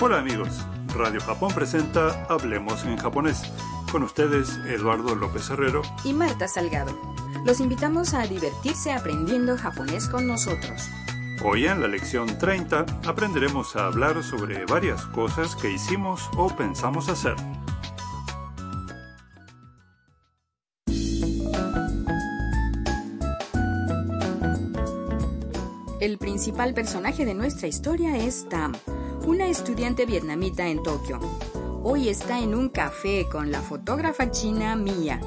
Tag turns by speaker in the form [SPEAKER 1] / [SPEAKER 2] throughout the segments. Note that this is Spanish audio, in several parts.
[SPEAKER 1] Hola amigos, Radio Japón presenta Hablemos en japonés. Con ustedes Eduardo López Herrero.
[SPEAKER 2] y Marta Salgado. Los invitamos a divertirse aprendiendo japonés con nosotros.
[SPEAKER 1] Hoy en la lección 30 aprenderemos a hablar sobre varias cosas que hicimos o pensamos hacer.
[SPEAKER 2] El principal personaje de nuestra historia es Tam, una estudiante vietnamita en Tokio. Hoy está en un café con la fotógrafa china Mia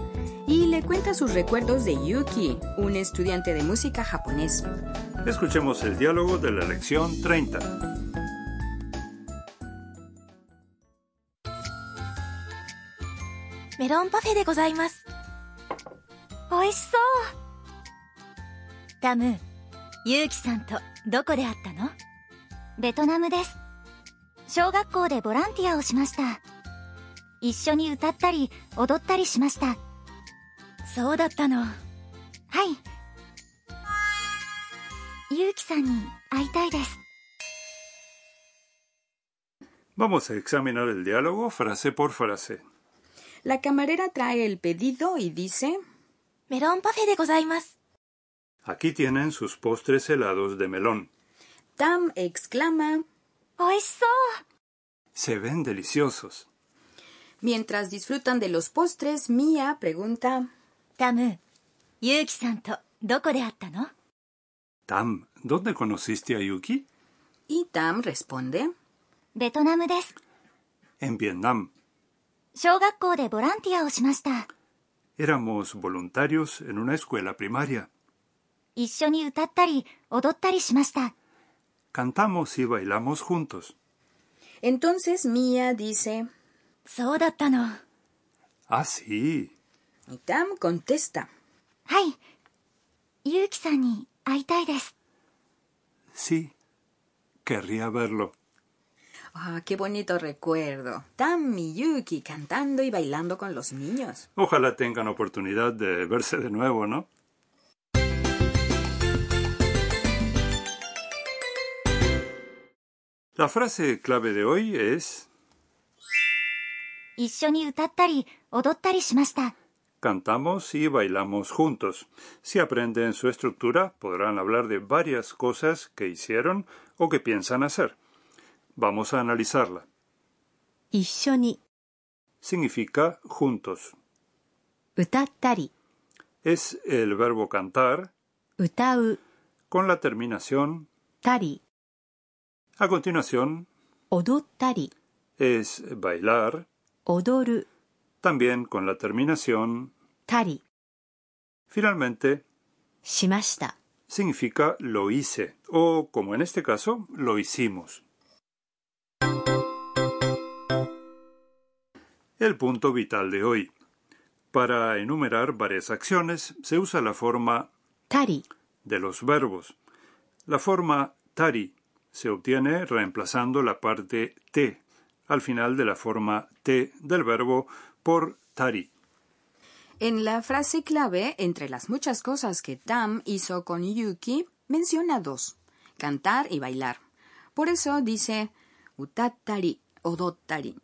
[SPEAKER 2] y le cuenta sus recuerdos de Yuki, un estudiante de música japonés.
[SPEAKER 1] Escuchemos el diálogo de la lección 30.
[SPEAKER 3] メロンパフェでございます。美味しそうタム、ユウキさんとどこで会ったのベトナムです。小学校でボランティアをしました。一緒に歌ったり、踊ったりしました。そうだったの。はい。ユウキさんに会いたいです。
[SPEAKER 1] Vamos a examinar el diálogo frase por frase.
[SPEAKER 2] La camarera trae el pedido y dice,
[SPEAKER 3] メロンパフェでございます。
[SPEAKER 1] Aquí tienen sus postres helados de melón.
[SPEAKER 2] Tam exclama,
[SPEAKER 3] 美味しそう
[SPEAKER 1] Se ven deliciosos.
[SPEAKER 2] mientras disfrutan de los postres, Mia pregunta,
[SPEAKER 3] タム、ユウキさんとどこで会ったの
[SPEAKER 1] Tam, ¿dónde conociste a Yuki?
[SPEAKER 2] y Tam responde,
[SPEAKER 3] ベトナムです。
[SPEAKER 1] En Vietnam.
[SPEAKER 3] 小学校でボランティアをしました。
[SPEAKER 1] Éramos voluntarios en una escuela primaria.
[SPEAKER 3] 一緒に歌ったり、踊ったりしました。
[SPEAKER 1] Cantamos y bailamos juntos.
[SPEAKER 2] Entonces Mia dice,
[SPEAKER 3] そうだったの。は
[SPEAKER 1] Ah, sí.
[SPEAKER 2] y Tam contesta.
[SPEAKER 3] い。ゆうきさんに会いたいです。
[SPEAKER 1] Sí. Querría verlo.
[SPEAKER 2] Ah, qué bonito recuerdo. Tam Miyuki cantando y bailando con los niños.
[SPEAKER 1] Ojalá tengan oportunidad de verse de nuevo, ¿no? La frase clave de hoy es
[SPEAKER 3] 一緒に歌ったり、踊ったりしました。
[SPEAKER 1] cantamos y bailamos juntos. Si aprenden su estructura, podrán hablar de varias cosas que hicieron o que piensan hacer. Vamos a analizarla.
[SPEAKER 4] 一緒に
[SPEAKER 1] Significa juntos.
[SPEAKER 4] 歌ったり
[SPEAKER 1] Es el verbo cantar
[SPEAKER 4] 歌う
[SPEAKER 1] con la terminación
[SPEAKER 4] たり
[SPEAKER 1] a continuación
[SPEAKER 4] 踊ったり
[SPEAKER 1] es bailar
[SPEAKER 4] 踊る
[SPEAKER 1] también con la terminación
[SPEAKER 4] たり
[SPEAKER 1] finalmente
[SPEAKER 4] しました
[SPEAKER 1] significa lo hice o como en este caso lo hicimos. El punto vital de hoy. Para enumerar varias acciones se usa la forma
[SPEAKER 4] たり
[SPEAKER 1] de los verbos. La forma tari se obtiene reemplazando la parte te al final de la forma te del verbo por tari.
[SPEAKER 2] En la frase clave, entre las muchas cosas que Tam hizo con Yuki, menciona dos: cantar y bailar. Por eso dice utattari, odottari.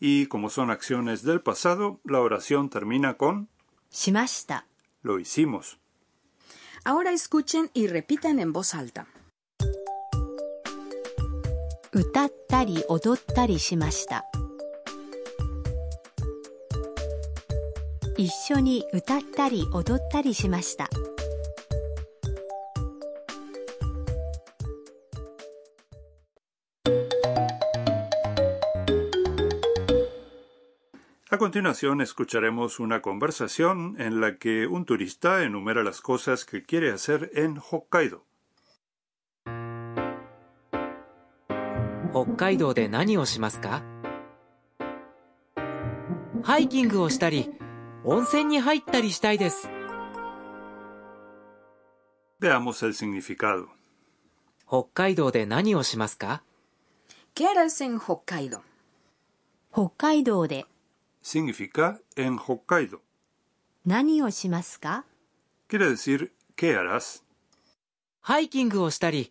[SPEAKER 1] Y como son acciones del pasado, la oración termina con
[SPEAKER 4] しました
[SPEAKER 1] lo hicimos.
[SPEAKER 2] Ahora escuchen y repitan en voz alta.
[SPEAKER 4] 歌ったり踊ったりしました一緒に歌ったり踊ったりしました
[SPEAKER 1] A continuación escucharemos una conversación en la que un turista enumera las cosas que quiere hacer en Hokkaido.
[SPEAKER 5] 北海道で何をしますかハイキングをしたり、温泉に入ったりしたいです。
[SPEAKER 1] Veamos el significado.
[SPEAKER 5] 北海道で何をしますか
[SPEAKER 2] ¿Qué harás en Hokkaido?
[SPEAKER 4] 北海道で
[SPEAKER 1] Significa en Hokkaido.
[SPEAKER 4] 何をしますか
[SPEAKER 1] Quiere decir, ¿qué harás?
[SPEAKER 5] ハイキングをしたり、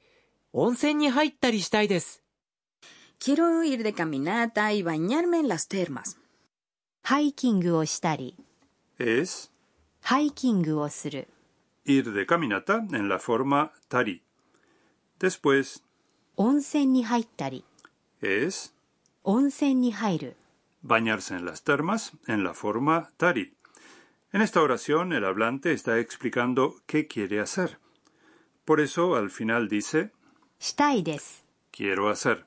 [SPEAKER 5] 温泉に入ったりしたいです。
[SPEAKER 2] Quiero ir de caminata y bañarme en las termas.
[SPEAKER 4] ハイキングをしたり
[SPEAKER 1] Es
[SPEAKER 4] ハイキングをする
[SPEAKER 1] ir de caminata en la forma tari. Después
[SPEAKER 4] 温泉に入ったり
[SPEAKER 1] es
[SPEAKER 4] 温泉に入る
[SPEAKER 1] bañarse en las termas en la forma tari. En esta oración el hablante está explicando qué quiere hacer. Por eso al final dice
[SPEAKER 4] したいです
[SPEAKER 1] quiero hacer.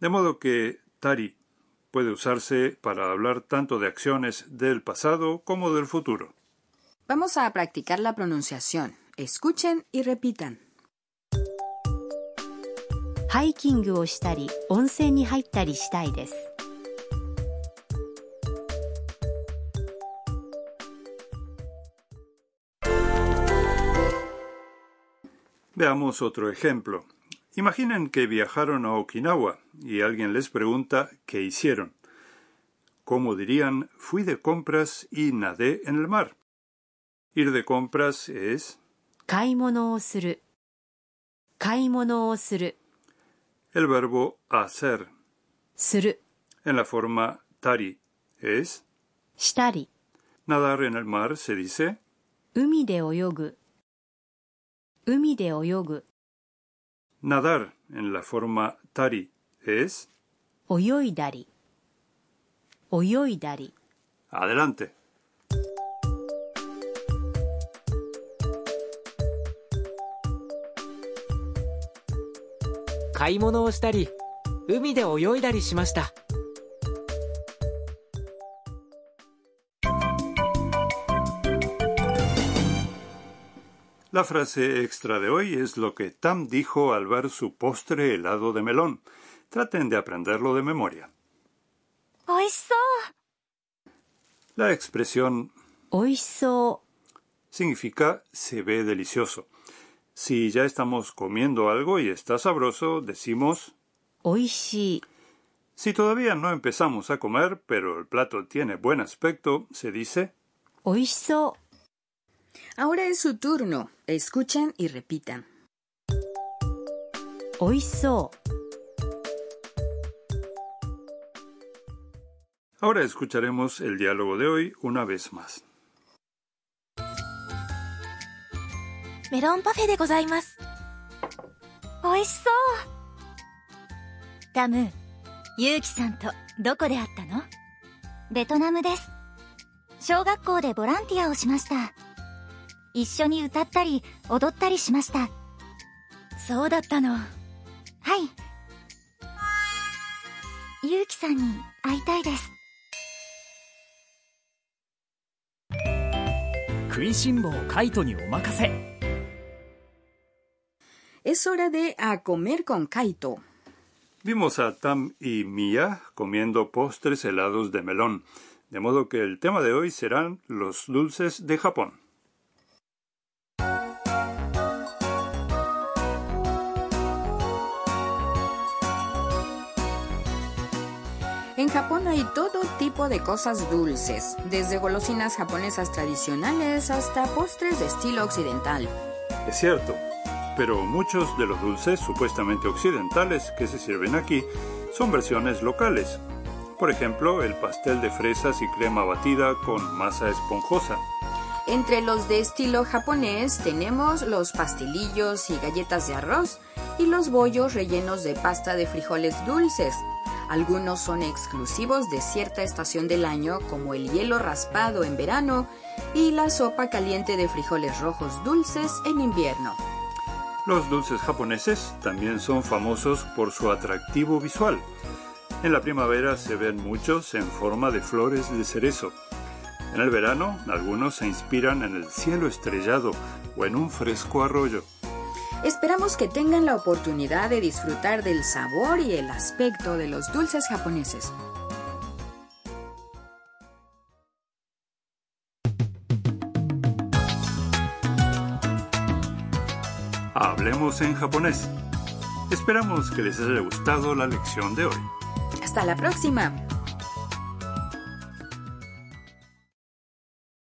[SPEAKER 1] De modo que tari puede usarse para hablar tanto de acciones del pasado como del futuro.
[SPEAKER 2] Vamos a practicar la pronunciación. Escuchen y repitan.
[SPEAKER 4] ハイキングをしたり温泉に入ったりしたいです
[SPEAKER 1] Veamos otro ejemplo. Imaginen que viajaron a Okinawa y alguien les pregunta qué hicieron. ¿Cómo dirían fui de compras y nadé en el mar? Ir de compras es
[SPEAKER 4] 買い物をする買い物をする
[SPEAKER 1] el verbo hacer
[SPEAKER 4] する
[SPEAKER 1] en la forma tari es
[SPEAKER 4] したり
[SPEAKER 1] nadar en el mar se dice
[SPEAKER 4] 海で泳ぐ海で泳ぐ
[SPEAKER 1] nadar en la forma tari es
[SPEAKER 4] 泳いだり泳いだり
[SPEAKER 1] adelante.
[SPEAKER 5] 「買い物をしたり海で泳いだりしました」
[SPEAKER 1] La frase extra de hoy es lo que Tam dijo al ver su postre helado de melón. Traten de aprenderlo de memoria.
[SPEAKER 3] 美味しそう
[SPEAKER 1] La expresión
[SPEAKER 4] 美味しそ
[SPEAKER 1] significa se ve delicioso. Si ya estamos comiendo algo y está sabroso, decimos
[SPEAKER 4] う美味しい
[SPEAKER 1] si todavía no empezamos a comer, pero el plato tiene buen aspecto, se dice
[SPEAKER 4] 美味しそ
[SPEAKER 2] Ahora es su turno. Escuchen y repitan.
[SPEAKER 4] う美味しそ
[SPEAKER 1] Ahora escucharemos el diálogo de hoy una vez más.
[SPEAKER 3] メロンパフェでございます美味しそうタムユウキさんとどこで会ったのベトナムです小学校でボランティアをしました一緒に歌ったり踊ったりしましたそうだったのはいユウキさんに会いたいです
[SPEAKER 6] 食いしん坊カイトにお任せ
[SPEAKER 2] Es hora de a comer con Kaito.
[SPEAKER 1] Vimos a Tam y Mia comiendo postres helados de melón, de modo que el tema de hoy serán los dulces de Japón.
[SPEAKER 2] En Japón hay todo tipo de cosas dulces, desde golosinas japonesas tradicionales hasta postres de estilo occidental.
[SPEAKER 1] Es cierto, pero muchos de los dulces supuestamente occidentales que se sirven aquí son versiones locales. Por ejemplo, el pastel de fresas y crema batida con masa esponjosa.
[SPEAKER 2] Entre los de estilo japonés tenemos los pastelillos y galletas de arroz y los bollos rellenos de pasta de frijoles dulces. Algunos son exclusivos de cierta estación del año como el hielo raspado en verano y la sopa caliente de frijoles rojos dulces en invierno.
[SPEAKER 1] Los dulces japoneses también son famosos por su atractivo visual. En la primavera se ven muchos en forma de flores de cerezo. En el verano, algunos se inspiran en el cielo estrellado o en un fresco arroyo.
[SPEAKER 2] Esperamos que tengan la oportunidad de disfrutar del sabor y el aspecto de los dulces japoneses.
[SPEAKER 1] Hablemos en japonés. Esperamos que les haya gustado la lección de hoy.
[SPEAKER 2] Hasta la próxima.